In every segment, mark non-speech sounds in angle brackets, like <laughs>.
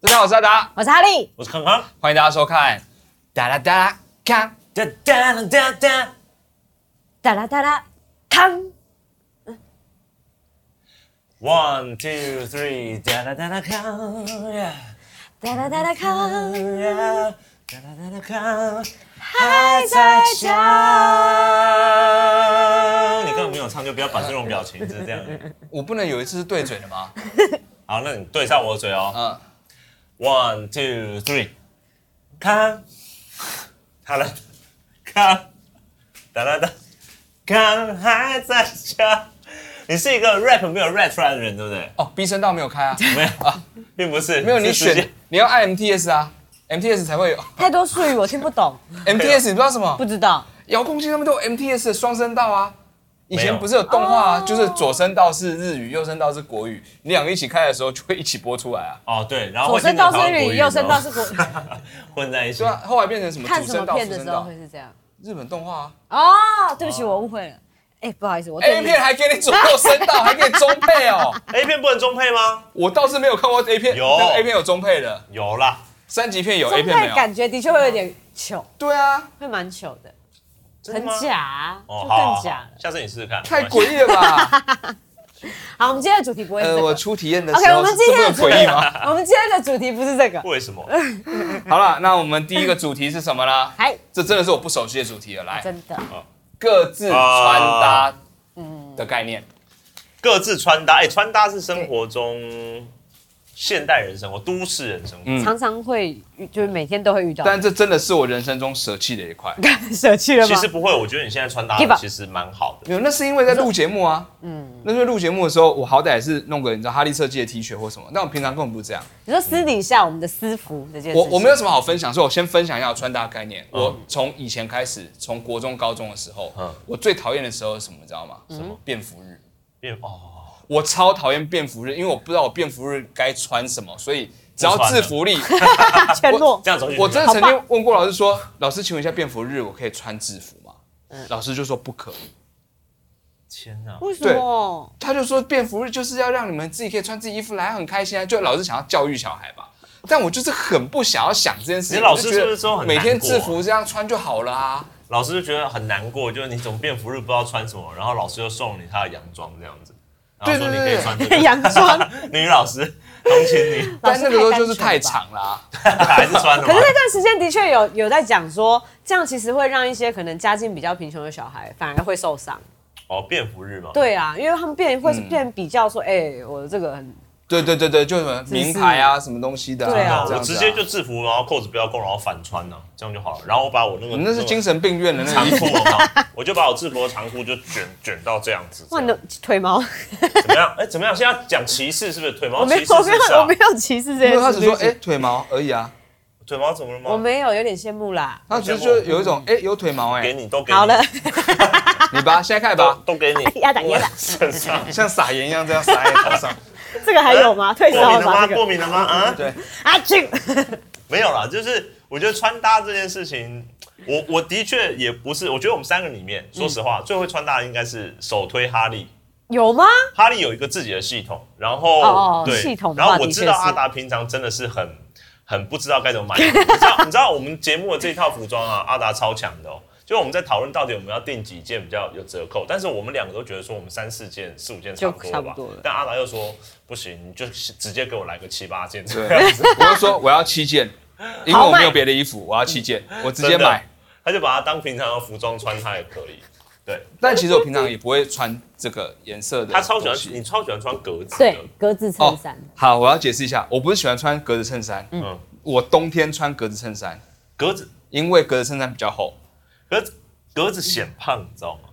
我是阿达，我是哈利，我是康康，欢迎大家收看《哒啦哒啦看》。哒哒啦哒哒，哒啦哒啦，康， One, two, three，哒啦哒啦康呀哒啦哒啦康，呀，哒啦哒啦康，还在唱。你根本没有唱，就不要摆这种表情，就是这样。我不能有一次是对嘴的吗？好，那你对上我的嘴哦。嗯， One, two, three，康，哒啦，康，哒啦哒，康还在唱。你是一个 rap 没有 rap 出来的人，对不对？哦，逼声道没有开啊，没有啊，并不是，没有是你直接选，你要按 MTS 啊，MTS 才会有太多术语我听不懂， MTS，你不知道什么不？知道。遥控器上面都有 MTS 的双声道啊。以没前有不是有动画啊，就是左声道是日语，右声道是国语，你两个一起开的时候就会一起播出来啊。哦，对，然后左会声听道是到台湾日国语，语右声道是哦国 <laughs> 混在一起对。啊，后来变成什么看主什声么道、片副的声时候道会，是这样？日本动画啊。哦，对不起，我误会了。哎，不好意思，我对 A 你片还给你左右声 <laughs> 道，还给你中配哦。 A 哎片不能中配吗？我倒是没有看过 A 片，有那个 A 片有中配的，有啦，三级片有 A 中哎片没配有？感觉的确会有点糗，对啊，会蛮糗的，真很的吗。假，啊就哦，好好更好假了。下次你试试看。太没关系诡异了 <laughs> 吧？好，我们今天的主题不会是呃，这我个。初体验的 OK，时我候们是今这天么的主诡异吗？题， <laughs> 我们今天的主题不是这个。为什么？ <laughs> 好了，那我们第一个主题是什么呢？嗨，这真的是我不熟悉的主题了，来，哎真的，各自穿搭的概念。嗯各自穿搭，哎、穿搭是生活中现代人生活、都市人生活。嗯常常会遇就是每天都会遇到， <laughs> 但这真的是我人生中舍弃的一块，舍弃了吗其？实不会，我觉得你现在穿搭 Give up 其实蛮好的。没有，那是因为在录节目啊，嗯，那是因为录节目的时候，我好歹也是弄个你知道哈利设计的 T 恤或什么，但我平常根本不是这样。你说私底下我们的私服这件事我情，我没有什么好分享，所以我先分享一下我穿搭概念。我从以前开始，从国中、高中的时候，嗯我最讨厌的时候是什么，你知道吗？嗯什么便服日？变哦，我超讨厌便服日，因为我不知道我便服日该穿什么，所以只要不穿制了服 <laughs> 力，全裸这样子我真的曾经问过老师说：“老师，请问一下，便服日我可以穿制服吗？”老师就说不可以，天哪、为什么？ <laughs> 他就说便服日就是要让你们自己可以穿自己衣服来，很开心啊。就老师想要教育小孩吧，但我就是很不想要想这件事情。你老师我就觉得是不是说很每天难过啊制服这样穿就好了啊？老师就觉得很难过，就是你怎么变服日不知道穿什么，然后老师就送你他的洋装这样子，然后说你对对可对以穿这个洋 <laughs> 装，女老师同情你，老 <laughs> 但师那个时候就太单是纯太了吧长啦、还是穿的可吗是？那段时间的确有有在讲说，这样其实会让一些可能家境比较贫穷的小孩反而会受伤。哦，变服日嘛，对啊，因为他们变嗯会是变比较说，哎、我这个很对对对对，就什么名牌啊，什么东西的、对啊哦这我样子直啊接就制服，然后扣子不要扣，然后反穿呢、这样就好了。然后我把我那个你那是精神病院的那长个衣服裤，的话，我就把我制服的长裤就卷卷到这样子。哇，你的腿毛，怎么样？哎，怎么样？现在讲歧视是不是？腿毛我歧 <laughs> 没视有是我没有我不是啊没？有歧视这因件为事。他只说哎、对不起腿毛而已啊，腿毛怎么了吗？我没有，有点羡慕啦。他只是就有一种哎、有腿毛哎、嗯给你都给你好了，。<laughs> 你拔现在开都 <laughs> 拔，都给你 <laughs> 压打压打我身 <laughs> 上。像撒盐一样这样撒在你头 <laughs> 上，这个还有吗？退过烧敏了了吗？吧？这过个敏了吗？啊，对，啊去，没有啦，就是我觉得穿搭这件事情，我我的确也不是，我觉得我们三个里面，说实嗯话，最会穿搭的应该是首推哈利。有吗？哈利有一个自己的系统，然哦哦后对系统化然后我的确知道是阿达平常真的是很很不知道该怎 <laughs> 么买衣服，你知道你知道我们节目的这一套服装啊，阿达超强的哦。就我们在讨论到底我们要订几件比较有折扣，但是我们两个都觉得说我们三四件、四五件差不就差多不吧。多了但阿达又说不行，你就直接给我来个七八件这对样，我就说我要七 <laughs> 件，因为我没有别的衣服，我要七件，我直接嗯真的买。 <laughs> 他就把它当平常的服装穿，他也可以。对但其实我平常也不会穿这个颜色的，他超喜欢，你。超喜欢穿格子的对，，格子哦衬衫，，好，我要解释一下，我不是喜欢穿格子衬衫，嗯，我冬天穿格子衬衫，格子因为格子衬衫比较厚。格子格子显胖，你知道吗？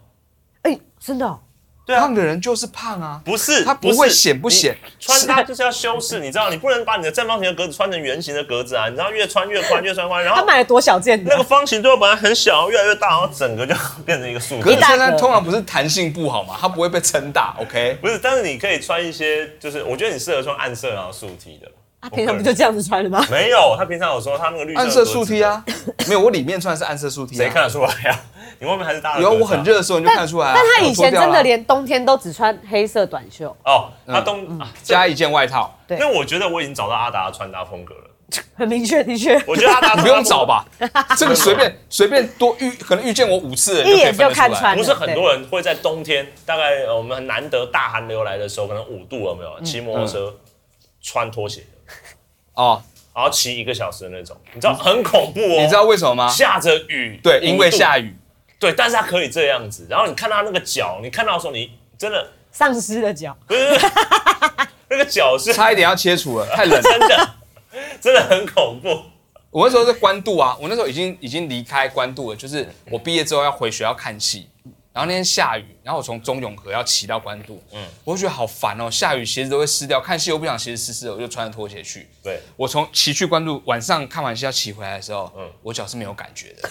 哎、真的哦、对啊胖的人就是胖啊，不是，它不是会显不显，你穿搭就是要修饰，你知道，你不能把你的正方形的格子穿成圆形的格子啊，你知道越穿越宽，越穿越宽，然他后买了多少件的那个？方形最后本来很小，越来越大，然后整个就变成一个竖格格子。衬衫通常不是弹性不好嘛，它不会被撑大，OK？不是，但是你可以穿一些，就是我觉得你适合穿暗色然后竖 T 的。他平常不就这样子穿的吗？没有，他平常有说他那个绿暗色色的格子竖 T，啊，没有，我里面穿的是暗色竖 T 谁啊。看得出来呀？ <laughs> 你外面还是大的格有子啊。我很热的时候你就看得出来啊，但他以前我脱掉真了的连冬天都只穿黑色短袖，哦，他冬啊这嗯加一件外套，对 <laughs> 那我觉得我已经找到阿达的穿搭风格了。很明确，的确，我觉得他大你不用找， <laughs> 吧？这个随便随便多遇，可能遇见我五次的人 <laughs> 一可以眼分就得出来看穿不是很多人会在冬天，大概呃我们很难得大寒流来的时候，可能五度有没嗯有？骑摩托车穿拖鞋，哦。然后骑一个小时的那种，你知道很恐怖哦。嗯你知道为什么 <laughs> 吗？ <laughs> 下着雨，对，因为下雨，雨。对，但是他可以这样子。然后你看他那个脚，你看到的时候，你真的丧尸的脚，不是 <laughs> 那个脚是差一点要切除了，太冷了。真的，真的很恐怖。我那时候在关渡啊，我那时候已经已经离开关渡了，就是我毕业之后要回学校看戏，然后那天下雨，然后我从中永和要骑到关渡，嗯，我就觉得好烦哦，下雨鞋子都会湿掉，看戏又不想鞋子湿湿的，我就穿着拖鞋去。对，我从骑去关渡，晚上看完戏要骑回来的时候，嗯我脚是没有感觉的，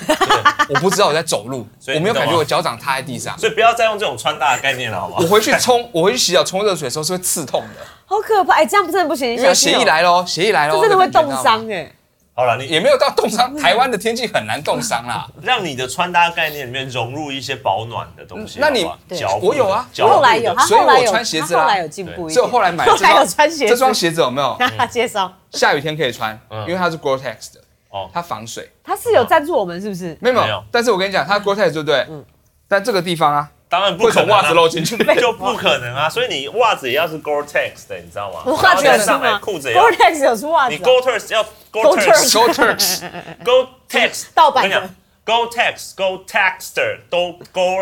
我不知道我在走 <laughs> 路，所啊以我你没有感懂觉吗我脚掌踏在地上。所以不要再用这种穿搭的概念了，好吗我？回去冲，我回去洗脚冲热水的时候是会刺痛的，好可怕！哎，这样真的不行，因为小心血哦一，来喽，血一来喽，这真的会感觉到冻吗伤哎。好了，你也没有到冻伤，台湾的天气很难冻伤啦。让你的穿搭概念里面融入一些保暖的东嗯西。那你好吧对脚部的我有啊脚部的哎后来有，他所以后来我有，穿鞋子他啦后来有进步一点，所以我后来买了 <laughs> 后这来有双穿 <laughs> 鞋子，这双 <laughs> 鞋子有没有？哈介绍，下雨天可以穿，嗯因为它是 Gore-Tex 的，哦它防水。他是有赞助我们是不是？没有没有没有，但是我跟你讲，它 Gore-Tex 对不对？嗯但这个地方啊，当然不会可从能、啊，袜子漏进去。 <laughs> 就不可能啊！所以你袜子也要是 Gore-Tex 的，你知道吗？ <laughs> 袜子有然后再出上来吗裤子也要， ？Gore-Tex 有出袜子你啊， Gore-Tex 要 Gore-Tex Gore-Tex <laughs> Go Turks，嗯 Gore-Tex 盗版的我跟你讲 Gore-Tex Gore-Texter 都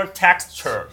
Gore-Texture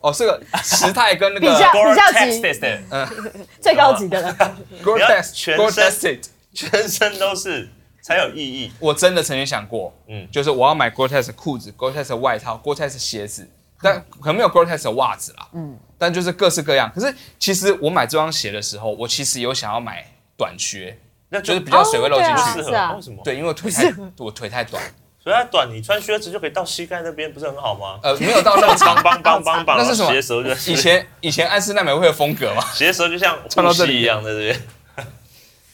哦，这个时态跟那个 <laughs> 比较 Gore-Tex 的，嗯最高级的了。 Gore-Tex 全身 Gore-Tex，全身都是才有意义。我真的曾经想过，嗯嗯，就是我要买 Gore-Tex 的裤子、Gore-Tex 的外套、Gore-Tex 的鞋子，嗯但可能没有 Gore-Tex 的袜子啦，嗯，但就是各式各样。可是其实我买这双鞋的时候，我其实有想要买短靴，那就就 <laughs> 是比较水会漏进哦去。对啊适合是啊为什么？对，因为我腿太我腿太短，所以它短，你穿靴子就可以到膝盖那边，不是很好吗？呃，没有到那么帮长。帮帮帮帮，那是什么鞋舌就？以前以前安室奈美惠的风格嘛， <laughs> <laughs> 鞋舌就像穿到这里护膝一样在这 <laughs> 边。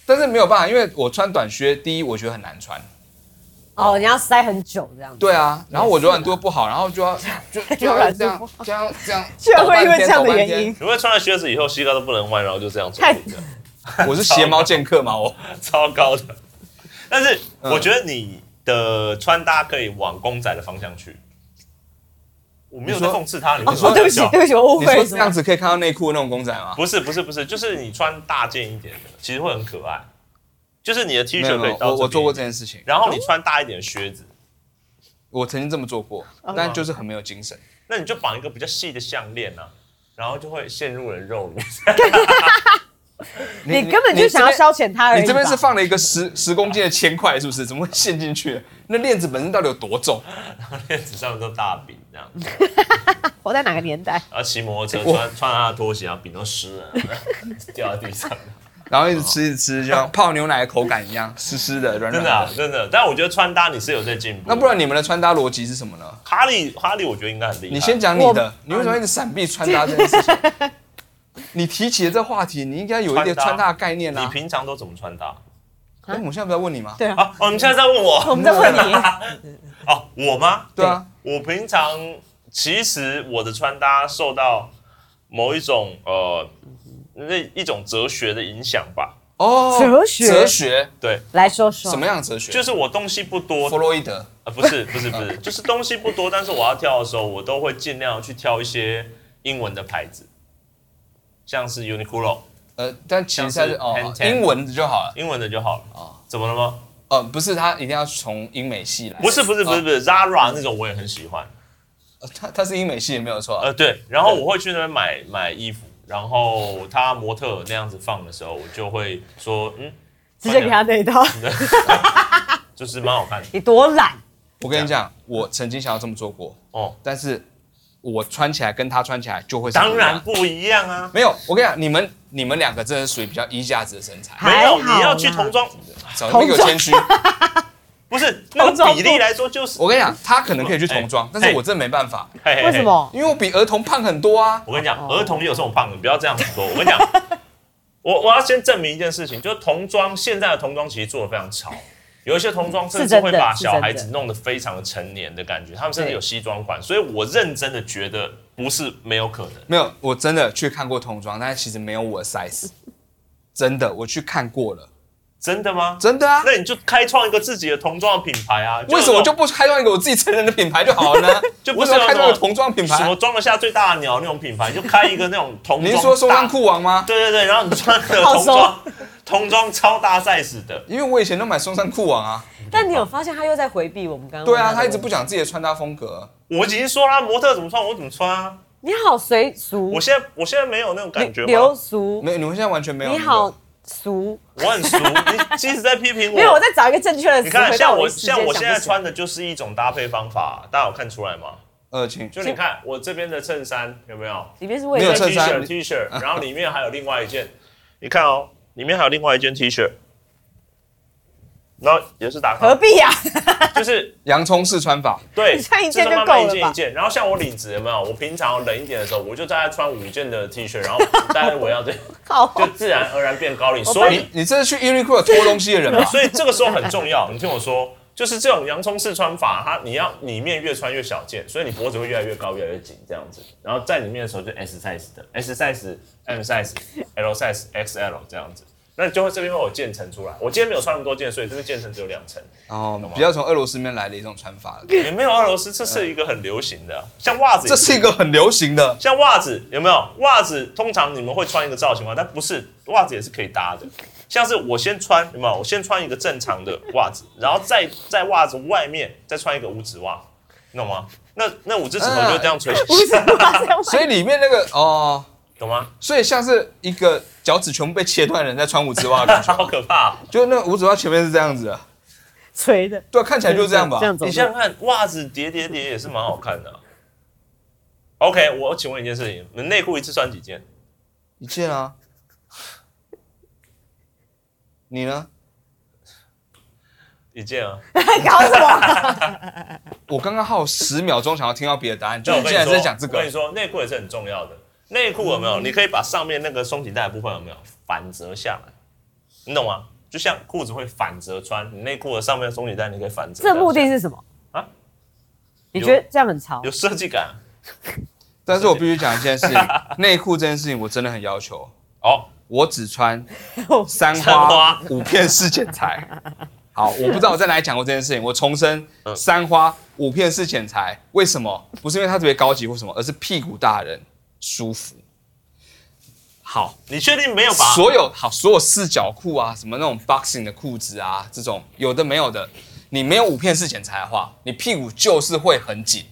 但是没有办法，因为我穿短靴，第一我觉得很难穿，哦，你要塞很久这样子，对啊，然后我柔软度又不好，然后就要就就柔要软度这样这样这样， <laughs> 居然会因为这样抖的半天原因，，你会穿了靴子以后膝盖都不能弯，然后就这样走太路的。抖半天我是鞋猫剑客嘛，我超高的。 <laughs> 但是嗯我觉得你的穿搭可以往公仔的方向去。我没有在你说讽刺他，你哦为什么要对不起笑，对 <laughs> 不起，我误你会说了。这样子可以看到内裤的那种公仔吗？不是不是不是，就是你穿大件一点的，其实会很可爱。就是你的 T 没有恤没可以有，到我我做过这样，件事情，然后你穿大一点的靴子，我曾经这么做过，嗯但就是很没有精神。那你就绑一个比较细的项链啊，然后就会陷入人肉里面。你根本就想要消遣他而已吧。你这边是放了一个十十公斤的铅块，是不是？怎么会陷进去？那链子本身到底有多重？链子上面都大饼这样，活在哪个年代？然后骑摩托车我穿穿他的拖鞋，然后饼都湿了，掉在地上。然后一直吃，一直吃，就像泡牛奶的口感一样，湿湿的、软软真的啊的。真的，但我觉得穿搭你是有在进步。那不然你们的穿搭逻辑是什么呢？哈利，哈利，我觉得应该很厉害。你先讲你的，你为什么一直闪避穿搭这件事情？ <laughs> 你提起了这话题，你应该有一点穿搭穿搭的概念你啦。平常都怎么穿搭？哎，我们现在不在问你吗？ <laughs> 对啊，啊，哦，你现在在问我？我们在问你，哦，我吗？对啊，我平常其实我的穿搭受到某一种呃那一种哲学的影响吧。哦，哲学哲学，对， <laughs> 来说说什么？样的哲学？就是我东西不多弗，洛伊德。呃，不是不是不 <laughs> 是，就是东西不多，但是我要挑的时候，我都会尽量去挑一些英文的牌子，像是 Uniqlo 呃，但其实它是像是哦， 10英文的就好了。英文的就好了。哦怎么了吗？呃，不是，它一定要从英美系来。不是不是不是哦不是，Zara 那种我也很喜欢。呃它它是英美系也没有错啊。呃，对，然后我会去那边买买衣服，然后他模特那样子放的时候，我就会说，嗯，直接给他那一套，就是蛮好看的 <laughs> <laughs> 你多懒，我跟你讲，我曾经想要这么做过，哦。但是我穿起来跟他穿起来就会是不一样当然不一样啊，没有。我跟你讲，你们你们两个真的是属于比较衣架子的身材，没有还好啦你要去童装，少那个同装谦虚。不是那童装个不比例来说就是我跟你 <laughs> 讲，他可能可以去童装哎，但是我真的没办法，嘿嘿嘿为什么？因为我比儿童胖很多啊。我跟你讲，哦儿童也有这种胖的，不要这样子说。我跟你 <laughs> 讲，我我要先证明一件事情，就是童装现在的童装其实做的非常潮，有一些童装甚是至真的会把是真的小孩子弄得非常的成年的感觉，他们甚至对有西装款，所以我认真的觉得不是没有可能。没有，我真的去看过童装，但是其实没有我的 size，真的，我去看过了，真的吗？真的啊。那你就开创一个自己的童装品牌啊！为什么就就不开创一个我自己成人的品牌就好了呢？ <laughs> 就不为是什有么要开创一个那种童装品什牌么？装得下最大的鸟那种品牌，就开一个那种童装。您是说 <laughs> 松山大裤王吗？对对对，然后你穿个好童装，童装超大 size 的，因为我以前都买松山裤王啊。哎但你有发现他又在回避我们刚刚？对啊，他一直不。讲自己的穿搭风格。我已经说啦，模特怎么穿我怎么穿啊！你好随俗，我现在我现在没有那种感觉流吗？俗，没有，你们现在完全没有。你好，俗。我很熟，你即使在批评我，没有，我在找一个正确的词汇你看，但像我一时间想像我不现起在来。穿的就是一种搭配方法，大家有看出来吗？呃，请就你看我这边的衬衫有没有里面是卫没有生衬巾， ？T 衫恤 T 恤，然后里面还有另外一件，你看哦，里面还有另外一件 T 恤，然后也是 <laughs> 打何卡， <laughs> 必呀、啊就是洋葱式穿法，对，你 <laughs> 穿一件就是慢就够慢了一件吧一件。然后像我领子有没有？我平常冷一点的时候，我就大概穿五件的 T 恤，然后但是我要这样好， <laughs> 就自然而然变高领。我所以你你这是去 Uniqlo 脱东西的人吧？ <laughs> 所以这个时候很重要，你听我说，就是这种洋葱式穿法，它你要里面越穿越小件，所以你脖子会越来越高，越来越紧这样子。然后在里面的时候就 S size 的 S size、M size、L size、XL 这样子。那就会这边会有渐层出来。我今天没有穿那么多件，所以这个渐层只有两层。哦，比较从俄罗斯那边来的一种穿法，也没有俄罗斯，这是一个很流行的，啊像袜子也这是一个很流行 <laughs> 的。像袜子有没有？袜子通常你们会穿一个造型吗？但不是，袜子也是可以搭的。像是我先穿有没有？我先穿一个正常的袜子，然后再在袜子外面再穿一个五指袜，你懂吗？那那五只指头就这样垂下去，所以里面那个哦，懂吗？ <laughs> 所以像是一个脚趾全部被切断的人在穿五指袜的 <laughs> 感觉，好可怕哦、就是那个五指袜前面是这样子的，垂的，对啊，看起来就是这样吧这。样走你路。想想看，袜子叠叠叠也是蛮好看的啊、OK，我请问一件事情，你们内裤一次穿几件？一件啊，你呢？一件啊。在搞什么？ <laughs> 我刚刚还有十秒钟想要听到别的答案，就那我你跟竟你然说，在讲这我跟个，你嗯说，内裤也是很重要的。内裤有没有？你可以把上面那个松紧带的部分有没有反折下来？你懂吗？就像裤子会反折穿，你内裤的上面的松紧带你可以反折。这目的是什么啊你觉得这样很潮有？设计感啊但是我必须讲一件 <laughs> 事情，内裤这件事情我真的很要求，哦。我只穿三三花花五片式剪裁。好，我不知道我在哪里讲过这件事情，我重申，嗯三花五片式剪裁，为什么？不是因为它特别高级或什么，而是屁股大人舒服。好，你确定没有把？所有好所有四角裤啊，什么那种 boxing 的裤子啊，这种有的没有的，你没有五片式剪裁的话，你屁股就是会很紧。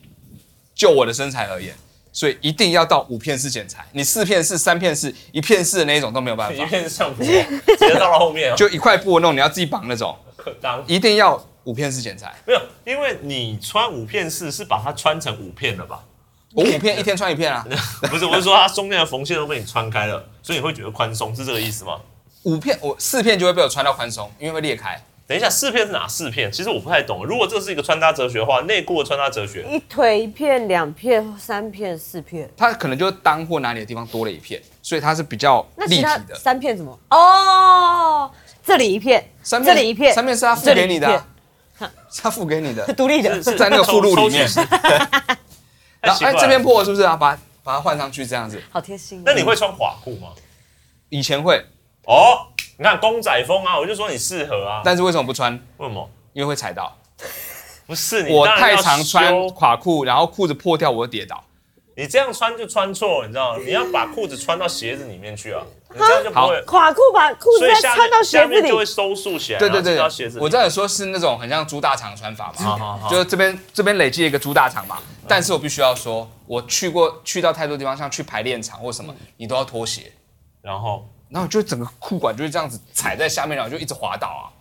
就我的身材而言，所以一定要到五片式剪裁，你四片式、三片式、一片式的那一种都没有办一法，片上坡，直接到了后面哦就一块布弄，你要自己绑那种，可当一定要五片式剪裁。没有，因为你穿五片式是把它穿成五片了吧？ <laughs> 我五片一天穿一片啊，不是，我是说它中间的缝线都被你穿开了，所以你会觉得宽松，是这个意思吗？五片我四片就会被我穿到宽松，因为会裂开。等一下，四片是哪四片？其实我不太懂。如果这是一个穿搭哲学的话，内裤的穿搭哲嗯学， <laughs> 一腿一片、两片、三片、四片，它可能就裆或哪里的地方多了一片，所以它是比较那立体其他的。三片什么？哦，这里一片，三这片里一片，三片是他付给你的啊、是他付给你的这里一片，，独立的。是在那个附录里 <laughs> 面抽抽取式然后太奇怪哎了这边破了是不是啊？把把它换上去这样子，好贴心哦。那你会穿垮裤吗？以前会，哦，你看公仔风啊，我就说你适合啊。但是为什么不穿？为什么？因为会踩到。不是你，我当然太要常穿修垮裤，然后裤子破掉，我就跌倒。你这样穿就穿错了，你知道吗？你要把裤子穿到鞋子里面去啊，你这样就不好会。垮裤把裤子所以再下穿面到下鞋子面里就，会收束起来，对对对然后进到鞋子，我里。这里说是那种很像猪大肠的穿法嘛，好好好就是这边这边累积一个猪大肠嘛。嗯但是我必须要说，我去过去到太多地方，像去排练场或什么，嗯你都要脱鞋，然后然后就整个裤管就是这样子踩在下面，然后就一直滑倒啊。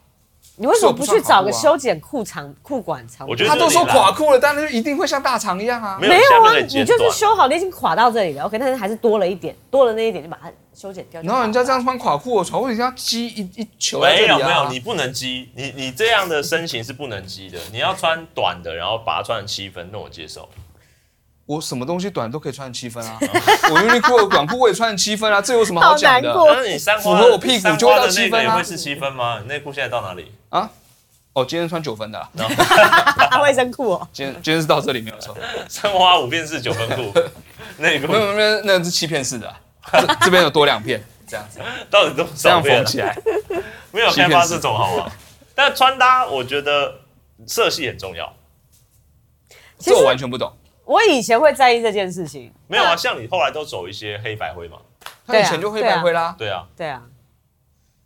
你为什么不去找个所以修剪裤长裤管长？我觉得他这都里说啦垮裤了，但是一定会像大肠一样啊没。没下有面啊，可以你剪就是断修好，你已经垮到这里了。OK，但是还是多了一点，多了那一点就把它修剪掉。 <laughs> 然后人家这样穿垮裤，我操，我一定要积一一球在没这里有啊。没有，你不能积，你你这样的身形是不能积的，你要穿短的，然后把它穿成七分，那我接受。我什么东西短都可以穿七分啊， <laughs> 我优衣库的短裤我也穿七分啊，这有什么好好讲难的过 <laughs> 但是你三符花合我屁股三花就会到的那七分啊个也会是七分吗？你内裤现在到哪里？ <laughs> 啊？哦，今天穿九分的啊，啊，卫生裤哦，今天今天是到这里没有错，三花五片式九分 <laughs> 裤，内裤没有没有，那那是七片式的啊、这这边有多两片，这样子，到底多这少样片 <laughs> 缝啊？起来。没有开发这种好 <laughs> 玩。但穿搭，我觉得色系很重要。其这实我完全不懂。我以前会在意这件事情，没有啊，像你后来都走一些黑白灰嘛。他以前就黑白灰啦，对啊，对啊。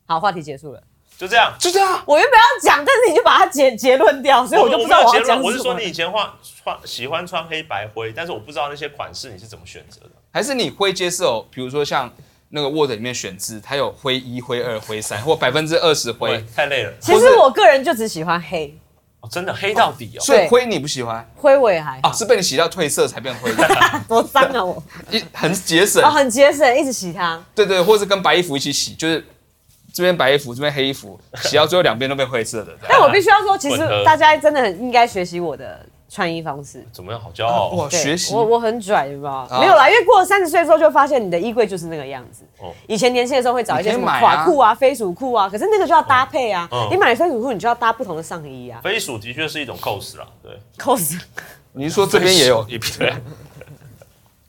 好，话题结束了。就这样。就这样。我原本要讲，但是你就把它结结论掉，所以我就不知道没有我结要讲论，什么。我是说你以前画穿喜欢穿黑白灰，但是我不知道那些款式你是怎么选择的。还是你会接受，比如说像那个 Word 里面选字，它有灰一、灰二、灰三，或百分之二十对灰，，太累了。其不实是我个人就只喜欢黑，哦，真的黑到底哦。 <laughs> 所以灰你不喜欢灰我也还好啊？是被你洗到褪色才变灰的， <laughs> 多脏啊我，一很节省啊、。很节省，一直洗它。对对，或是跟白衣服一起洗，就是这边白衣服，这边黑衣服，洗到最后两边都变灰色的。这样但我必须要说，其混合实大家真的很应该学习我的穿衣方式。怎么样？好骄傲哦、哇，对学习啊我我很拽，有没有？没有啦，因为过了三十岁之后，就发现你的衣柜就是那个样子。哦以前年轻的时候会找一些你什可以么买啊垮裤啊、飞鼠裤啊，可是那个就要搭配啊。嗯你买飞鼠裤，你就要搭不同的上衣啊，飞鼠的确是一种 cos 啊，对，扣子。你是说这边 <laughs> 也有一片，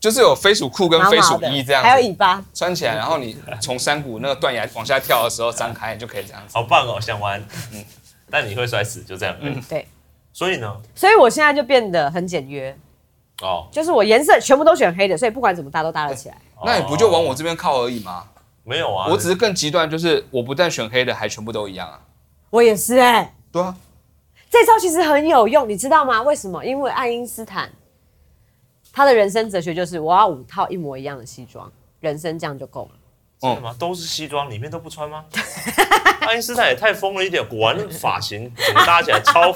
就是有飞鼠嗯 <laughs> 裤跟麻飞麻鼠的衣这样子，还有尾巴，穿 <laughs> 起来，然后你从山谷那个断崖往下跳的时候张开，你就可以这样子。好棒哦，想玩，嗯，但你会摔死，就这样。嗯，对，所以呢，所以我现在就变得很简约，哦，就是我颜色全部都选黑的，所以不管怎么搭都搭得起来。那你不就往我这边靠而已吗？哦没有啊？我只是更极端，就是我不但选黑的，还全部都一样啊。我也是哎、对啊，这招其实很有用，你知道吗？为什么？因为爱因斯坦他的人生哲学就是我要五套一模一样的西装，人生这样就够了。真的吗？都是西装，里面都不穿吗？爱因斯坦也太疯了一点，果然发型怎么搭起来超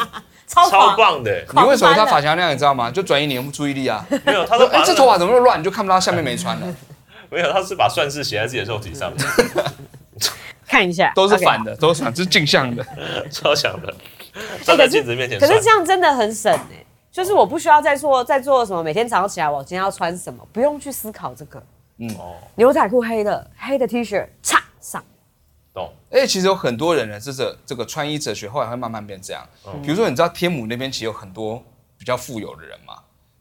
超超狂！棒的，你为什么狂翻啊他了发型要那样，你知道吗？就转移你的注意力啊。没有，他说都把 <laughs> 哎、那这头发怎么那么乱，你就看不到下面没穿 <laughs> 了，没有，他是把算式写在自己的肉体上面，看一下，都是 OK 反的，都是反，这是镜像的。超强的，站在镜子面前可算。是这样真的很省哎、就是我不需要再做再做什么，每天早上起来我今天要穿什么，不用去思考这个。哦，牛仔裤黑的，黑的 T 恤，叉上。懂，而哎且其实有很多人呢，这个这个穿衣哲学后来会慢慢变这样。哦比如说，你知道天母那边其实有很多比较富有的人嘛，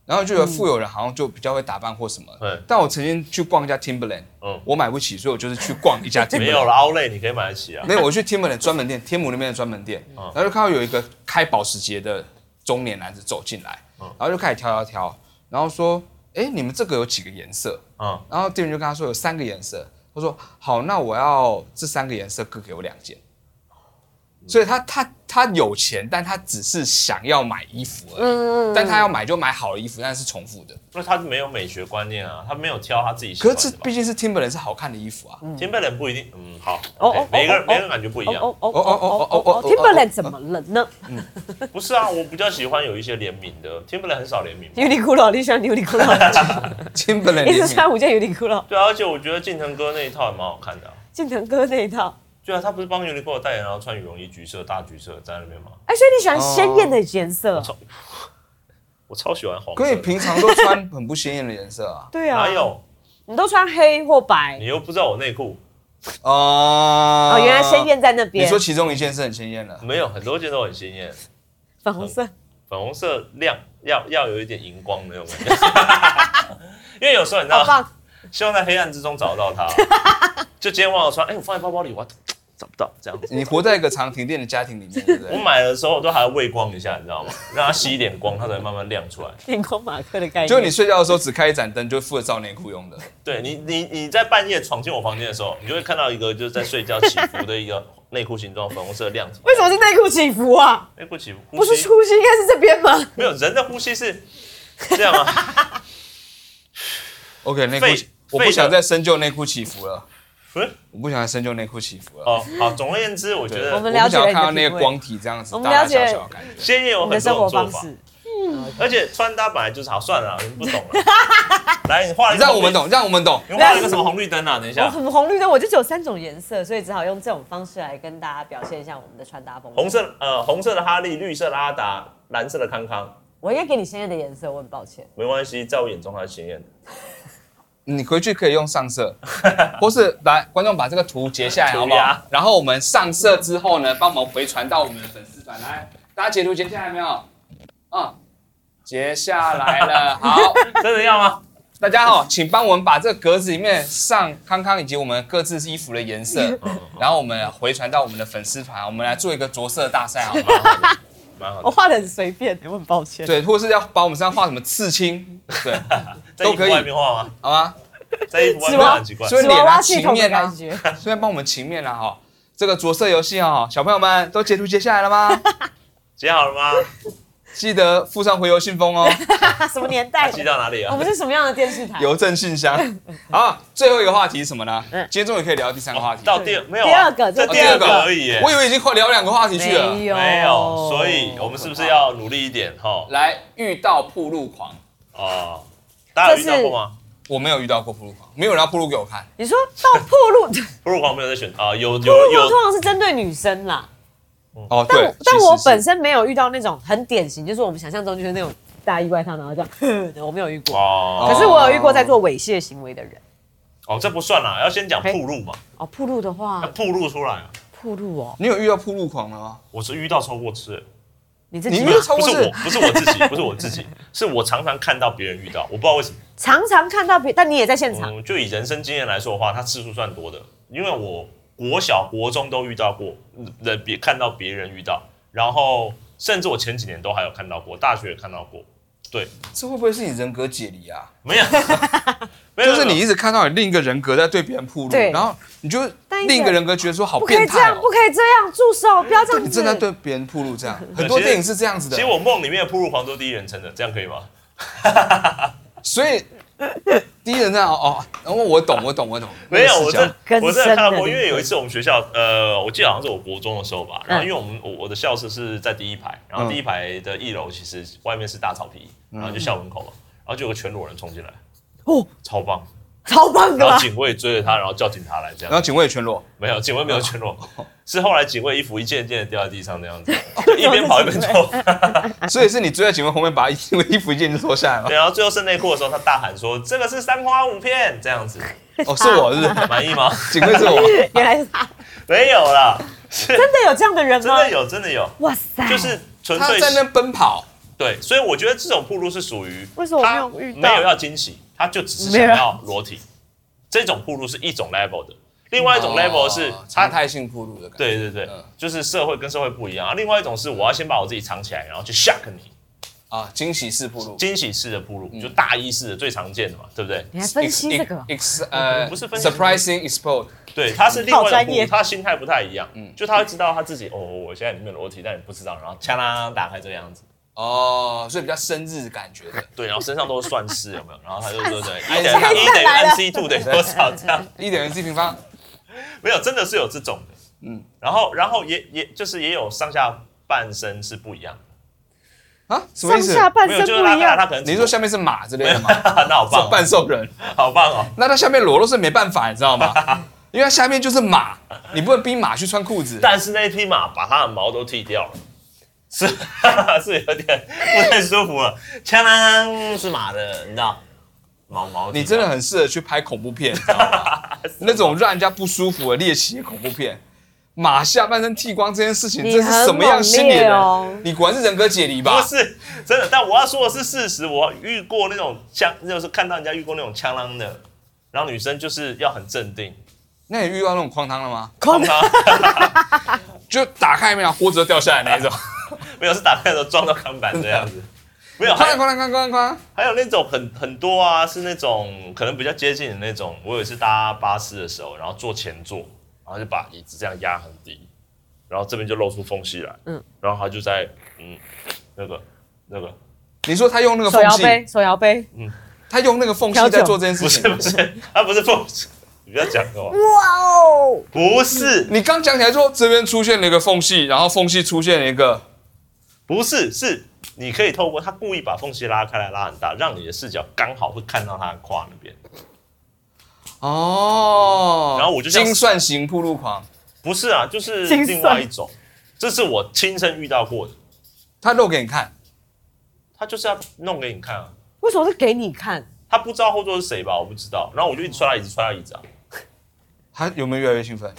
然后就有富有人好像就比较会打扮或什么。嗯但我曾经去逛一家 Timberland，嗯我买不起，所以我就是去逛一家 Timberland。 <laughs> 没有了，奥莱你可以买得起啊。没有，我去天门的专门店，天母那边的专门店，嗯然后就看到有一个开保时捷的中年男子走进来，嗯然后就开始挑挑挑，然后说：“哎，你们这个有几个颜色嗯，？”然后店员就跟他说有三个颜色，他说：“好，那我要这三个颜色各给我两件。”所以他他他有钱，但他只是想要买衣服而已，嗯但他要买就买好的衣服，但是重复的。那他没有美学观念啊，他没有挑他自己喜可欢是这的吧毕。竟是 Timberland 是好看的衣服啊，天贝人不一定，嗯，好哦，OK，哦每个人哦每个人感觉不一哦样。哦哦哦哦哦哦哦哦哦哦，Timberland 怎么了呢？不是啊，我比较喜欢有一些联名的，天贝人很少联名嘛。优衣库了，你喜欢优衣库了， ，Timberland <laughs> 一直联名穿五件优衣库了。对啊，而且我觉得靖腾哥那一套也蛮好看的啊。靖腾哥那一套，对啊，他不是帮尤尼克代言，然后穿羽绒衣，橘色大橘色站在那边吗？哎，所以你喜欢鲜艳的颜色我？超，我超喜欢黄色可的。以平常都穿很不鲜艳的颜色啊。对啊，哪有？你都穿黑或白你又不知道我内裤哦哦，原来鲜艳在那啊你边说，其中一件是很鲜艳的，没有？很多件都很鲜艳，粉红色。粉红色亮，要要有一点荧光的那种感觉。 <laughs> 因为有时候你知好道，棒！希望在黑暗之中找到它。就今天忘了穿，哎、我放在包包里，我找不到，这样子。你活在一个常停电的家庭里面，对不 <laughs> 我对？买的时候都还要喂光一下，你知道吗？让它吸一点光，它才会慢慢亮出来。天空马克的概念，就你睡觉的时候只开一盏灯，就负责照内裤用的。对你，你你在半夜闯进我房间的时候，你就会看到一个就是在睡觉起伏的一个内裤形状粉红色的亮体。为什么是内裤起伏啊？内裤起伏？不呼是吸粗心，应该是这边吗？没有人的呼吸是这样吗？ OK，内废裤，我废不的想再深究内裤起伏了，不是我不想再深究内裤起伏了。嗯哦，好。总而言之，我觉对我得们了解我了不想你的看到那品个味光体这样子，我们大大了小解小的感觉。鲜艳有你的很生多活种方做法，式，而且穿搭本来就是好。算了，你不懂 <laughs> 了。来，你画了一个让我红绿们，懂，让我们懂。你画了一个什么红绿灯啊？等一我下，很红绿灯，我就只有三种颜色，所以只好用这种方式来跟大家表现一下我们的穿搭风格。红，色呃红色的哈利，绿色的阿达，蓝色的康康，我应该给你鲜艳的颜色，我很抱歉。没关系，在我眼中它是鲜艳的。你回去可以用上色，或是来观众把这个图截下来好不涂好鸦？然后我们上色之后呢，帮忙回传到我们的粉丝团来。大家截图截下来没有？啊、截下来了。好，真的要吗？大家好，请帮我们把这个格子里面上康康以及我们各自衣服的颜色，嗯然后我们回传到我们的粉丝团，我们来做一个着色大赛，好吗？蛮好我哦的。画的很随便，我很抱歉。对，或是要把我们身上画什么刺青，对，在衣都可服以外面画吗？好吗？在衣服外是面画吗很奇怪。所以娃脸娃啊、系情统的面啊感，觉， <laughs> 顺便帮我们情面啊，哈。这个着色游戏啊，小朋友们都截图截下来了吗？ <laughs> 截好了吗？记得附上回邮信封哦，什么年 <laughs> 代？寄到哪里啊哎我？们是什么样的电视台？邮政信箱。好，最后一个话题是什么呢？嗯今天终于可以聊第三个话题，到第二没有啊？第二个这这哦第二第二个个而已耶。我以为已经快聊两个话题去了。没有，哦没有，所以我们是不是要努力一点哈？来，遇到铺路狂，哦，大家有遇到过吗？我没有遇到过铺路狂，没有人要铺路给我看。你说到破路，破不如黄没有在选啊，有有路有通常是针对女生啦，哦，但我对，但我本身身没有遇到那种很典型，就是我们想象中就是那种大意外上，然后这样 <laughs> 呵的，我没有遇过。哦可是我有遇过在做猥亵行为的人。哦，这不算啦，要先讲铺路嘛，哦，铺路的要话，铺路出来啊。铺路哦，你有遇到铺路狂了吗？我是遇到超过吃，你自你己啊遇吗到超不过是我是，不是我自己，不是我自己，是我常常看到别人遇到，我不知道为什么。常常看到别，但你也在现场，嗯，就以人生经验来说的话，他次数算多的，因为我国小、国中都遇到过，人别看到别人遇到，然后甚至我前几年都还有看到过，大学也看到过，对，这会不会是你人格解离啊？<laughs> 没有，没有，就是没有你一直看到你另一个人格在对别人铺路，对然后你就但一个另一个人格觉得说好不可以变这态样，哦不，可以这样，住手，不要这样你子。正在对别人铺路这样，很多其实电影是这样子其实的，我梦里面的铺路狂都第一人称的，这样可以吗？所 <laughs> 以第一人称哦哦，然后我懂我懂我懂，没有，那个我视真角更我真的看到深的过，因为那有种一次我们学校，呃，我记得好像是我国中的时候吧，然后嗯因为我们我我的校舍是在第一排，然后嗯第一排的一楼其实外面是大草皮，然后就校门口嘛，然后就有个全裸人冲进来，哦，超棒，超棒的然吧后？警卫追着他，然后叫警察来这然后哦样，警卫也全裸，没有警卫没有全裸，是后来警卫衣服一件一件的掉在地上那样子，哦一边跑一边脱，啊所以是你追在警卫后面把衣衣服一件就脱下来吗 <laughs> 对，？然后最后剩内裤的时候，他大喊说：“这个是三花五片。”这样子，哦，是我是不 <laughs> 是满意吗？ <laughs> 警卫是我， <laughs> 原来是他，没有啦，是真的有这样的人真吗？的有，真的有，哇塞，就是纯他粹在那边奔跑。对，所以我觉得这种铺路是属于为什么他没有遇到没有要惊喜，他就只是想要裸体。这种铺路是一种 level 的，另外一种 level 是哦他常态性铺路的感觉。对对对嗯，就是社会跟社会不一样啊。另外一种是我要先把我自己藏起来，然后去 shock 你，啊，惊喜式铺路。惊喜式的铺路，就大一式的最常见的嘛，对不对？你还分析这个 Ex- ex- 呃，哦不是分析 surprising explode，对，他是另外好的专铺业路，他心态不太一样，就他会知道他自己哦，我现在里面有裸体，但你不知道，然后锵啦打开这个样子，哦，所以比较生日感觉的，对，然后身上都是算式有没有？然后他就说对，一哎等于一等于来了 n c two 等于多少这样。一点零 c 平方，没有，真的是有这种的。嗯，然后然后也也就是也有上下半身是不一样的，啊，什么上意思？下半没身有就是不他一他样他，可能你是说下面是马之类 <laughs> 的吗？那好棒是哦、半兽人，好棒哦，那它下面裸露是没办法，你知道吗？ <laughs> 因为它下面就是马，你不能逼马去穿裤子。但是那匹马把它的毛都剃掉了。是 <laughs> 是有点不太舒服了，枪啷是马的，你知道，毛毛剃掉。你真的很适合去拍恐怖片，你知道 <laughs> 吗？那种让人家不舒服的猎奇的恐怖片。马下半身剃光这件事情，你这是什么样心理的很猛烈人？哦你果然是人格解离吧？不是真的，但我要说的是事实。我遇过那种枪，就是看到人家遇过那种枪啷的，然后女生就是要很镇定，那你遇到那种哐当了吗？哐当，就打开没有，豁子就掉下来那 <laughs> 一种， <laughs> 没有是打开的时候撞到看板这样子，没有，哐还有当哐当哐当哐当。还有那种很很多啊，是那种可能比较接近的那种。我有一次搭巴士的时候，然后坐前座，然后就把椅子这样压很低，然后这边就露出缝隙来，嗯嗯，然后他就在嗯那个那个你说他用那个手缝摇隙，杯，手摇杯，他用那个缝隙调酒在做这件不事是情。不是，他不是缝隙，你不要讲 <laughs> 我，哇哦，不是你刚讲起来说这边出现了一个缝隙，然后缝隙出现了一个，不是是。你可以透过他故意把缝隙拉开来，拉很大，让你的视角刚好会看到他的胯那边。哦，然后我就像精算型铺路狂，不是啊，就是心另酸外一种，这是我亲身遇到过的。他露给你看，他就是要弄给你看啊，为什么是给你看？他不知道后座是谁吧？我不知道。然后我就一直摔他椅子，摔他椅子啊！他有没有越来越兴奋？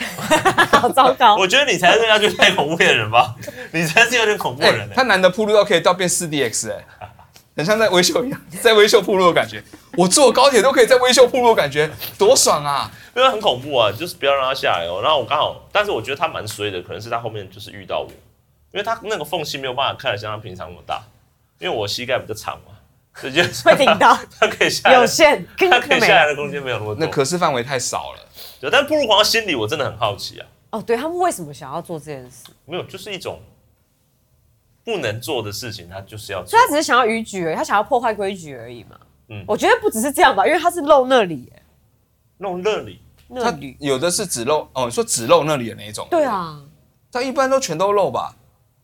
好糟糕，我觉得你才是要去 <laughs> 拍恐怖片的人吧？你才是有点恐怖哎、的人、欸。他难得铺路到可以到变四 D X 哎、很像在微秀一样， <laughs> 在微秀部落的感觉。我坐高铁都可以在微秀部落，感觉多爽啊！因为很恐怖啊，就是不要让他下来哦。然后我刚好，但是我觉得他蛮衰的，可能是他后面就是遇到我，因为他那个缝隙没有办法看得像他平常那么大，因为我膝盖比较长嘛，直接会顶到 <laughs> 他可以下来有，限，跟他可以没下来了。的空间没有那么多。那可视范围太少了。对，但不如狂的心理我真的很好奇啊，哦，对他们为什么想要做这件事？没有，就是一种不能做的事情，他就是要所做以。他只是想要逾矩而已，他想要破坏规矩而已嘛。嗯我觉得不只是这样吧，因为他是露那里耶，弄那里，那它里，有的是只露哦，你说只露那里的那一种。对，嗯啊，它一般都全都露吧？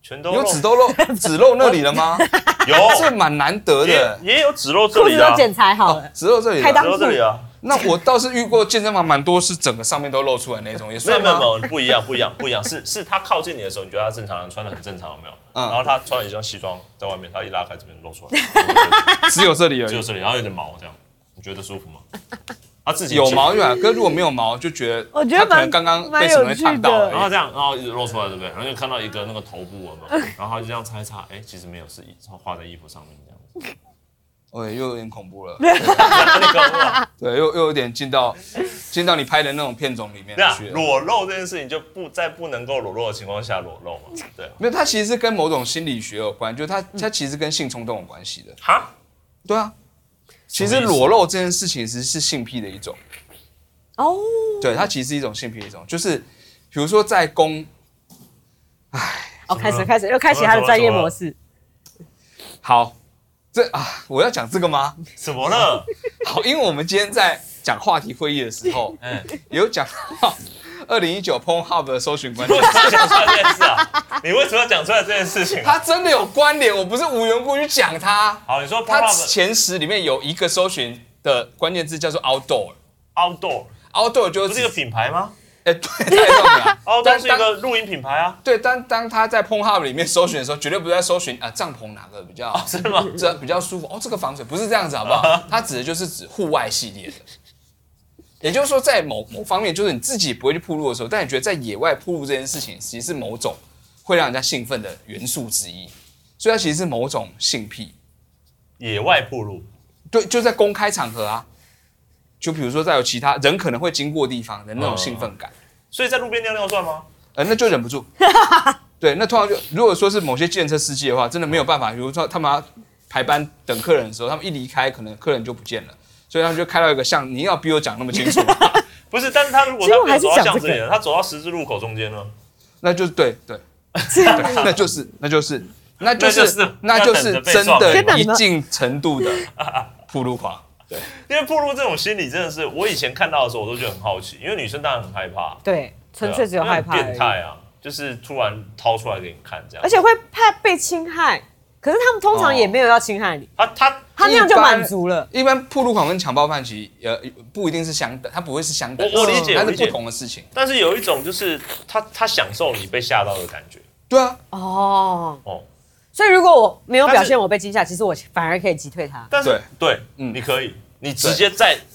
全都有弄只都 <laughs> 露只露那里了吗？这有，蛮难得的也。也有只露这裤里子的啊，都剪裁好了，只露这里开了裆。只露这里啊，那我倒是遇过健身房蛮多是整个上面都露出来那种，也没有算没有吗没？有，不一样不一样不一样，是是他靠近你的时候，你觉得他正常，穿的很正常，有没有？嗯然后他穿了一件西装在外面，他一拉开这边露出 <laughs> 来，只有这里而只有已。这里，然后有点毛这样，你觉得舒服吗？他自己有毛远，可是如果没有毛，就觉得我觉它得可能蛮刚刚被什么东西烫到蛮有趣的然了。后这样，然后一直露出来，对不对？然后就看到一个那个头部有没有？然后他就这样擦一擦，哎，其实没有，是画在衣服上面这样子。哦，又有点恐怖了。那 <laughs> 个对，又又有点进到进到你拍的那种片种里面对啊去，了。裸露这件事情就不在不能够裸露的情况下裸露嘛？对啊。没有，它其实是跟某种心理学有关，就是它嗯它其实跟性冲动有关系的。哈，对啊，其什实么意思裸露这件事情其实是性癖的一种，哦，对，它其实是一种性癖的一种，就是比如说在公，哦，开啊始开始又开启他的专业模式，好，这啊，我要讲这个吗？怎么了？好，因为我们今天在讲话题会议的时候， <laughs> 嗯，有讲到二零一九 p o n Hub 的搜寻关你为键，什么要讲出来这件事啊？你为什么要讲出来这件事情啊？它真的有关联，我不是无缘无故去讲它。好，你说 p o 它 p 前十里面有一个搜寻的关键字叫做 outdoor，outdoor Outdoor 就不是一个品牌吗哎、对，太重 <laughs> 要。 ？Outdoor 但是一个露营品牌啊，对，但当他在 p o n Hub 里面搜寻的时候，绝对不是在搜寻啊帐篷哪个比较、是吗？这比较舒服哦，这个防水不是这样子好不好？它指的就是指户外系列的，也就是说在某某方面，就是你自己不会去铺路的时候，但你觉得在野外铺路这件事情，其实是某种会让人家兴奋的元素之一，所以它其实是某种性癖。野外铺路，对，就在公开场合啊，就比如说在有其他人可能会经过的地方的那种兴奋感。所以在路边尿尿算吗？呃，那就忍 <laughs> 不住。对，那通常就如果说是某些计程车司机的话，真的没有办法，比如说他们要排班等客人的时候，他们一离开，可能客人就不见了，所以他们就开到一个像你要逼我讲那么清楚，不是，但是他如果其实他我没有还是走到讲巷这子个里了，他走到十字路口中间呢？ <laughs> 那就是对对是啊对，那就是那就是那就那就是是那就是真天哪的你一们定程度的铺路狂。因为铺路这种心理真的是，我以前看到的时候我都觉得很好奇，因为女生当然很害怕， <laughs> 对，对啊纯粹只有害因怕为而很变已，态啊，就是突然掏出来给你看这样而。且会怕被侵害，可是他们哦通常也没有要侵害你，他他他那样就满足了，一般铺路狂跟强暴犯其实呃不一定是相等，它不会是相等的事我情，我理解它我是理解不同的事情。但是有一种就是他他享受你被吓到的感觉对啊，哦，哦，所以如果我没有表但是现我被惊吓，其实我反而可以击退他。但是对，嗯你可以，你直接在 <laughs>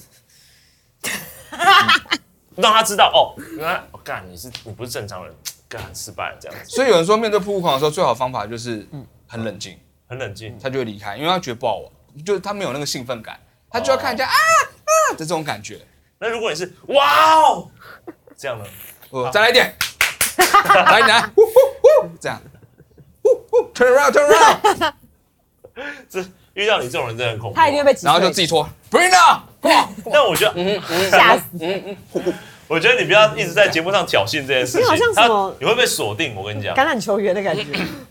让他知道哦，原来我干你是你不是正常人，干失败了这样子，所以有人说面对铺路狂的时候，最好的方法就是嗯很冷静。很冷静。他就会离开，因为他觉得不好玩，就是他没有那个兴奋感，他就要看人哦家、啊啊的这种感觉。那如果你是哇哦这样呢？哦，再来一 <laughs> 点，来来，呼呼呼，这样，呼呼，turn around，turn <laughs> around，这遇到你这种人真的很恐怖啊。他一定会嗯被击退，然后就自己拖，bring it on，但我觉得，吓死。我觉得你不要一直在节目上挑衅这件事情，你好像什么他你会被锁定。我跟你讲，橄榄球员的感觉，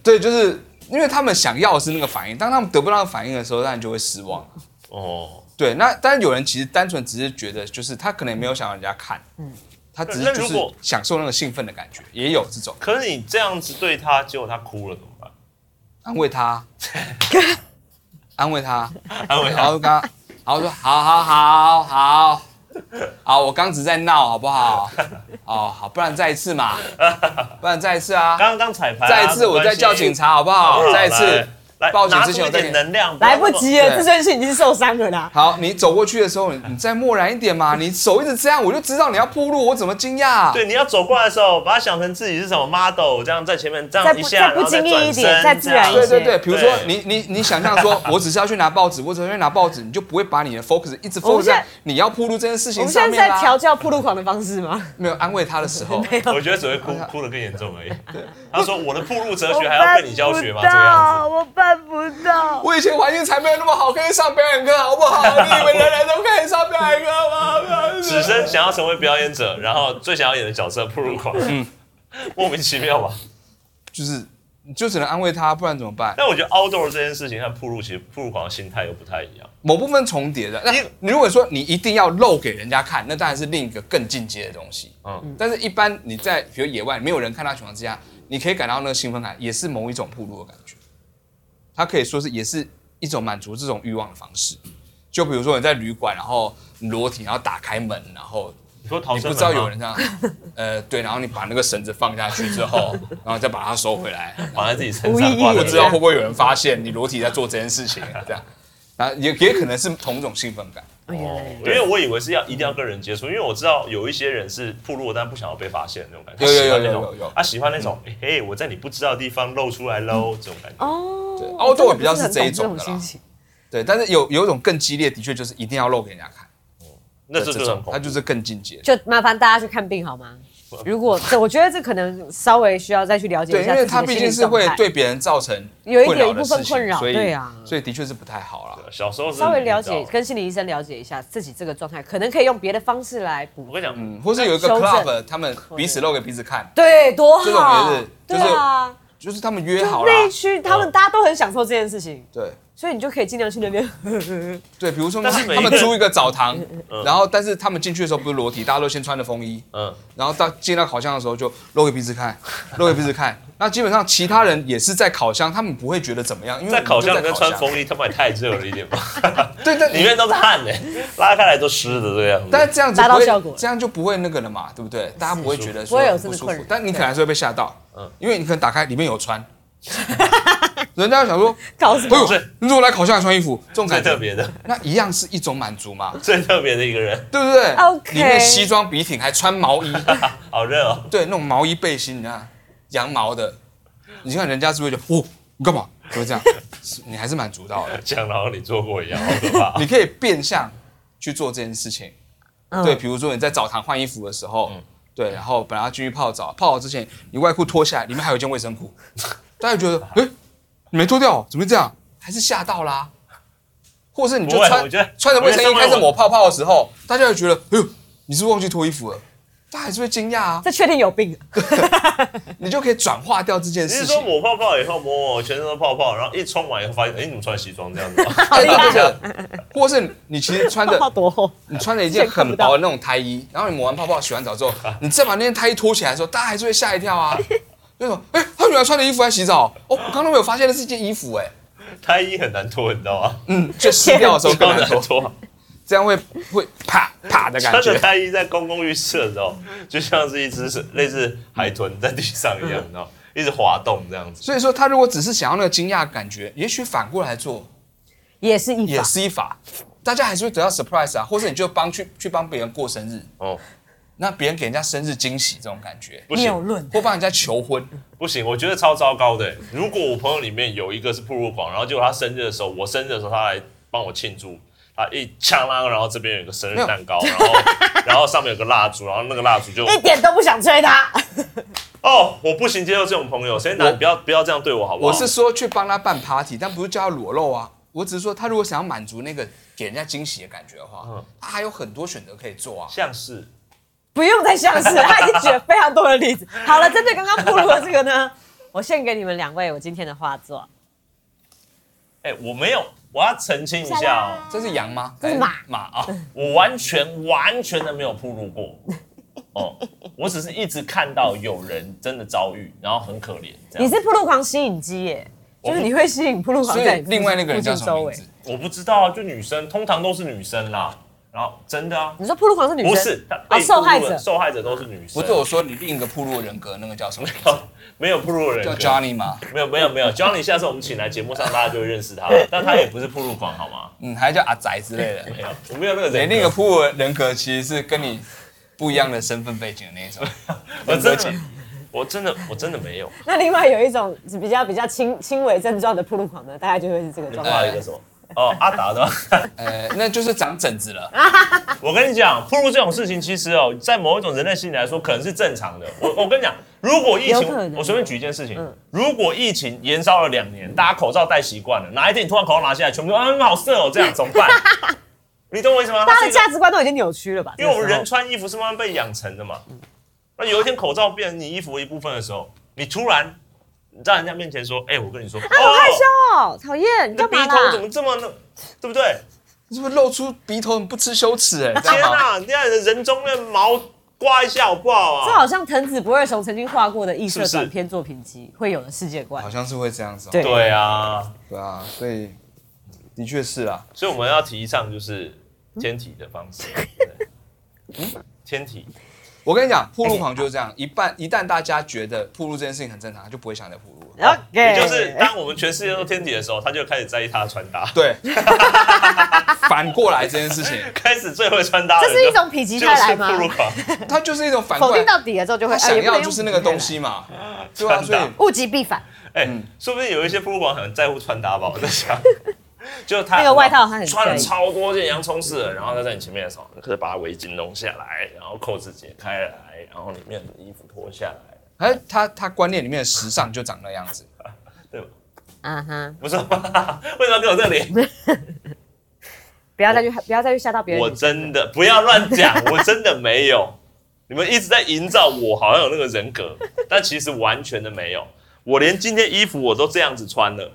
对，就是因为他们想要的是那个反应，当他们得不到那个反应的时候，当然就会失望。哦，对，那当然有人其实单纯只是觉得，就是他可能也没有想让人家看，嗯，他只那是就如是果享受那个兴奋的感觉，也有这种可是你这样子对他，结果他哭了怎么办？ <laughs> 安慰 <laughs> 他，安慰他。安慰然他，后刚，然后说好好好好好，我刚只在闹，好不好？哦，好，不然再一次嘛，不然再一次啊，刚刚彩排啊，再一次我再叫警察，好不好没关再系，？一好次，来报警拿之出前一有在点练能量，来不及了，对这件事已经受伤了啦。好，你走过去的时候，你你再漠然一点嘛。你手一直这样，我就知道你要铺路，我怎么惊讶、啊？对，你要走过来的时候，把它想成自己是什么 model，这样在前面这再样不一下，再然不后再经意转一身，点再自然一这对样些对对，比如说对你你你想象 <laughs> 说，我只是要去拿报纸，我只是要去拿报纸，你就不会把你的 focus 一直我们 focus 现在在你要铺路这件事我情们现上在是面在啦调教铺路狂的方式吗？没有安慰他的时 <laughs> 候，我觉得只会 <laughs> 哭哭的更严重而已。他说我的铺路哲我学还要被你教学吗？这个样子。我办不 <laughs> 到。我以前环境才没有那么好，可以上表演课，好不好？你以为人人都可以上表演课吗？此生想要成为表演者，然后最想要演的角色铺路狂，嗯 <laughs> 莫名其妙吧？就是你就只能安慰他，不然怎么办？但我觉得 outdoor 这件事情和铺路其实铺路狂的心态又不太一样。某部分重叠的。那因你如果说你一定要露给人家看，那当然是另一个更进阶的东西。嗯嗯，但是一般你在比如野外没有人看到的情况之下，你可以感到那个兴奋感，也是某一种铺路的感觉。它可以说是也是一种满足这种欲望的方式。就比如说你在旅馆，然后你裸体，然后打开门，然后你说逃你生不门知道吗有人这样，呃，对，然后你把那个绳子放下去之 <laughs> 后，然后再把它收回来，绑在自己身无意上，义挂不着知道会不会有人发现你裸体在做这件事情，这样，然后也也可能是同种兴奋感。哦原来因为我以为是要一定要跟人接触，因为我知道有一些人是铺路，但不想要被发现那种感觉。有有有他喜欢那种有有有他喜欢那种，哎、嘿我在你不知道的地方露出来喽，这种感觉。哦对我真的 outdoor 比较是这一种的啦不是很懂这心情。对，但是有有一种更激烈，的确就是一定要露给人家看，那是这种恐它怖，就是更进阶。就麻烦大家去看病好吗？如果这，我觉得这可能稍微需要再去了解对，一因下为自己它的毕心理竟是状会态。对别人造成 <laughs> 有一困点扰的部分事情困扰所以对啊所以的确是不太好了。小时候是稍微了你解，知道跟心理医生了解一下自己这个状态，可能可以用别的方式来补我。跟你讲，嗯，或是有一个修正 club，他们彼此露给彼此看，对，多这种好也是，就对是啊，就是他们约好了。那一区他们嗯大家都很享受这件事情，对所以你就可以尽量去那边。 <laughs> 对，比如说但是每他一们个租一个澡堂，然后但是他们进去的时候不是裸体，大家都先穿着风衣，嗯，然后到进到烤箱的时候就露给鼻子 <laughs> 看，露给鼻子看。那基本上其他人也是在烤箱，他们不会觉得怎么样，因为在烤箱我里们就面在穿，风衣，他妈也太热了一点吧，对对， <laughs> 里面都是汗呢、拉开来都湿的这样子。但是这样子达到不会效果这样就不会那个了嘛，对不对？大家不会觉得不说会有这不个舒困服扰，但你可能还是会被吓到，嗯因为你可能打开里面有 <laughs> 穿，人家想 <laughs> 说，搞什哎么？呦，你怎么来烤箱还穿衣服？这种最感特觉，别的，那一样是一种满足嘛，最特别的一个人，对不对 OK 里面西装笔挺，还穿毛衣，好热哦。对，那种毛衣背心，你看羊毛的，你看人家是不是就哦，你干嘛？就会这样， <laughs> 是你还是蛮主导的。讲得好像你做过一样，好可 <laughs> 怕。你可以变相去做这件事情。嗯对，比如说你在澡堂换衣服的时候，嗯对，然后本来要进去泡澡，泡好之前你外裤脱下来，里面还有一件卫生裤，大家就觉得，哎、你没脱掉哦，怎么会这样？还是吓到啦。或者是你就不会啊穿我觉得穿着卫生我衣觉得开身为始我抹泡泡的时候，大家就觉得，哎呦，你是不是忘记脱衣服了？大家还是会惊讶啊，这确定有病，你就可以转化掉这件你事是说情。抹泡泡以后抹抹全身都泡泡，然后一冲完以后发现，哎、你怎么穿西装这样子、啊？好厉害对的，或者是你其实穿着泡泡 <laughs> 多厚？你穿了一件很薄的那种胎衣，然后你抹完泡泡、洗完澡之 <laughs> 后，你再把那件胎衣脱起来的时候，大家还是会吓一跳啊。 <laughs> 就说，哎、他原来穿的衣服在洗澡哦，我刚刚都没有发现那是一件衣服哎、胎衣很难脱，你知道吗？嗯，就湿掉的 <laughs> 时候更超难难脱，脱。这样会会啪啪的感穿着觉。胎衣在公共浴室的时候，就像是一只是类似海豚在地上一样，你知道，嗯一直滑动这样子。所以说，他如果只是想要那个惊讶的感觉，也许反过来做也是一也法。是一法，大家还是会得到 surprise 啊，或者你就帮去去帮别人过生日，哦，那别人给人家生日惊喜这种感觉，不谬行论，或帮人家求婚，不行，我觉得超糟糕的。如果我朋友里面有一个是暴露狂，然后结果他生日的时候，我生日的时候他来帮我庆祝。他一呛啦，然后这边有一个哎生日蛋糕，然后 <laughs> 然后上面有个蜡烛，然后那个蜡烛就一点都不想吹他。 <laughs> 哦，我不行接受这种朋友，谁拿我你不要不要这样对我好不好？我是说去帮他办 party，但不是叫他裸露啊。我只是说，他如果想要满足那个给人家惊喜的感觉的话，嗯他还有很多选择可以做啊。像是不用再相似，他已经举了非常多 <laughs> 的例子。好了，针对刚刚暴露的这个呢，我献给你们两位我今天的画作。哎、我没有，我要澄清一下哦，这是羊吗？这是马哎马啊！ <laughs> 我完全完全的没有铺路过，哦，我只是一直看到有人真的遭遇，然后很可怜这啊你样。是暴露狂吸引机耶，就是你会吸引暴露狂所在以你附近另外那个人叫什附么近周名围字？我不知道啊，就女生，通常都是女生啦。然后真的啊，你说铺路狂是女生？不是他啊，被受害侮辱者的。受害者都是女生。哦不是我说你另一个铺路人格那个叫什么？没有铺路人叫格， Johnny 吗？没有没有没有，Johnny，下次我们请来节目上，大家就会认 <laughs> 识他了。但他也不是铺路狂，好吗？嗯，还叫阿宅之类的。 <laughs> 没有，我没有那个对，人格。另一个铺路人格其实是跟你不一样的身份背景的那一种。我真的，我真的，我真 <laughs> 的没有。那另外有一种比较比较轻轻微症状的铺路狂呢，大概就会是这个状还况。有一个什么？哦，阿达的。呃，那就是长疹子了。啊我跟你讲，铺路这种事情，其实哦，在某一种人类心理来说，可能是正常的。我我跟你讲，如果疫有可情能，嗯我随便举一件事情，如果疫情延烧了两年，大家口罩戴习惯了，哪一天你突然口罩拿下来，全部说啊，好色哦，<laughs> 这样怎么办？你懂我意思吗？大家哦它是的一个价值观都已经扭曲了吧？因为我这个们时候人穿衣服是慢慢被养成的嘛。那有一天口罩变成你衣服的一部分的时候，你突然在人家面前说：“哎、我跟你说，啊， <laughs> 好害羞哦，讨厌，你你的干鼻嘛头怎啦？么这么那，对不对？你是不是露出鼻头很不知羞耻 <laughs> 哎、欸？天天啊！啊，你看人中那毛刮一下好不好哦这啊？好像藤子不二雄曾经画过的异色是不是短篇作品集会有的世界观好。像是会这样子、哦。对对啊，对啊，所以的确是啦。所以我们要提倡就是天体的方式，对嗯天体我跟你哎讲，铺路狂就是这样，一半一旦大家觉得铺路这件事情很正常，就不会想再铺 <laughs> 路了。 OK，也就是当我们全世界都天体的时候，他就开始在意他的穿搭，对，反过来这件事 <laughs> 情，开始最会穿搭的这是人一就种否极就泰来是吗布？鲁 <laughs> 狂，它就是一种反否过定来，到底了之后就会他哎想也不能要用就是那个东否极西嘛，对啊，穿所搭以泰来，物极必反。哎、嗯说不定有一些铺路狂很在乎穿搭吧，我在 <laughs> 想，就他那个外套他很穿了在意超多件洋葱式的，然后他在你前面的时候，你可以把他围巾弄下来，然后扣子解开来，然后里面的衣服脱下来，哎，他他观念里面的时尚就长那样子。对吧？啊哈！不是吧？ <laughs> 为什么要给我这里？不要再去不要再去吓到别人。我真的不要乱讲，我真的没有。 <laughs> 你们一直在营造我好像有那个人格，但其实完全的没有。我连今天衣服我都这样子穿了，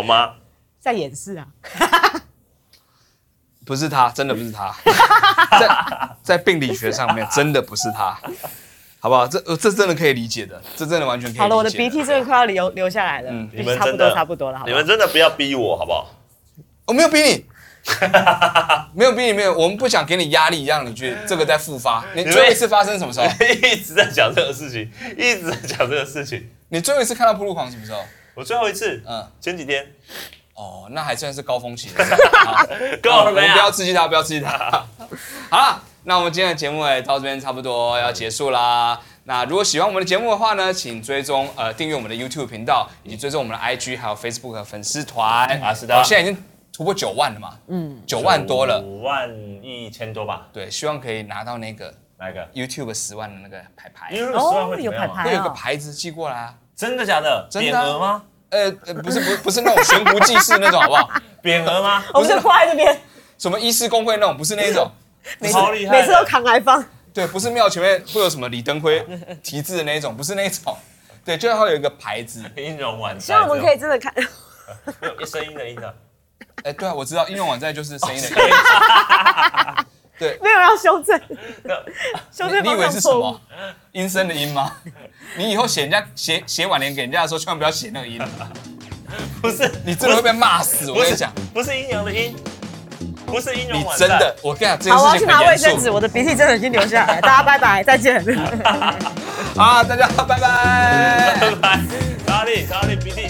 <laughs> 吗？在掩饰啊，不是他，真的不是 <laughs> 他，在在病理学上面真的不是他，好不好？这呃这真的可以理解的，这真的完全可以理解。好了，我的鼻涕真的快要流流下来了，哎嗯你们差不真多的差不多了，好你吧？们真的不要逼我，好不好？ <laughs> 我没有逼你，没有逼你，没有，我们不想给你压力，让你去这个再复发。你们最后一次发生什么时候？一直在讲这个事情，一直在讲这个事情。你最后一次看到铺路狂什么时候？我最后一次，嗯，前几天哦，那还算是高峰期啊的时候。好够我了们没啊不要有？刺激他，不要刺激他。好了，那我们今天的节目也到这边差不多要结束啦。那如果喜欢我们的节目的话呢，请追踪呃订阅我们的 YouTube 频道，以及追踪我们的 IG 还有 Facebook 的粉丝团。啊是的哦现在已经突破九万了嘛，嗯，九万多了。五万一千多吧？对，希望可以拿到那个哪一个？ YouTube 十万的那个牌牌。因为十万会怎哦有么样牌啊？牌会有个哦，牌子寄过来啊。真的假的？真匾的啊额吗？呃，呃不是，不是，不是那种悬壶济世那种，好不好？匾额吗？我们就挂在这边，什么医师工会那种，不是那一种。 <laughs> 每次超厉害的！每次都扛来放，对，不是庙前面会有什么李登辉题字的那一种，不是那一种。对，就会有一个牌子。音容宛在。希望我们可以真的看。 <laughs> 这 <laughs> 种声音的音的。哎，对啊，我知道应用网站就是声音啊的。对，没有要修正，那修 <laughs> 你正你以方为向是什错误么。阴森的阴吗？你以后写人家写写挽联给人家的时候，千万不要写那个音，不是你真的会被骂死。我不跟你是讲，不是阴阳的阴，不是阴你容宛真在。的，我跟你讲，这件好，我要事去情拿很卫严生纸，肃我的鼻涕真的已经流下来，大家拜拜，<laughs> 再见。 <laughs> 啊！大家拜拜。拜拜，查理查理鼻涕。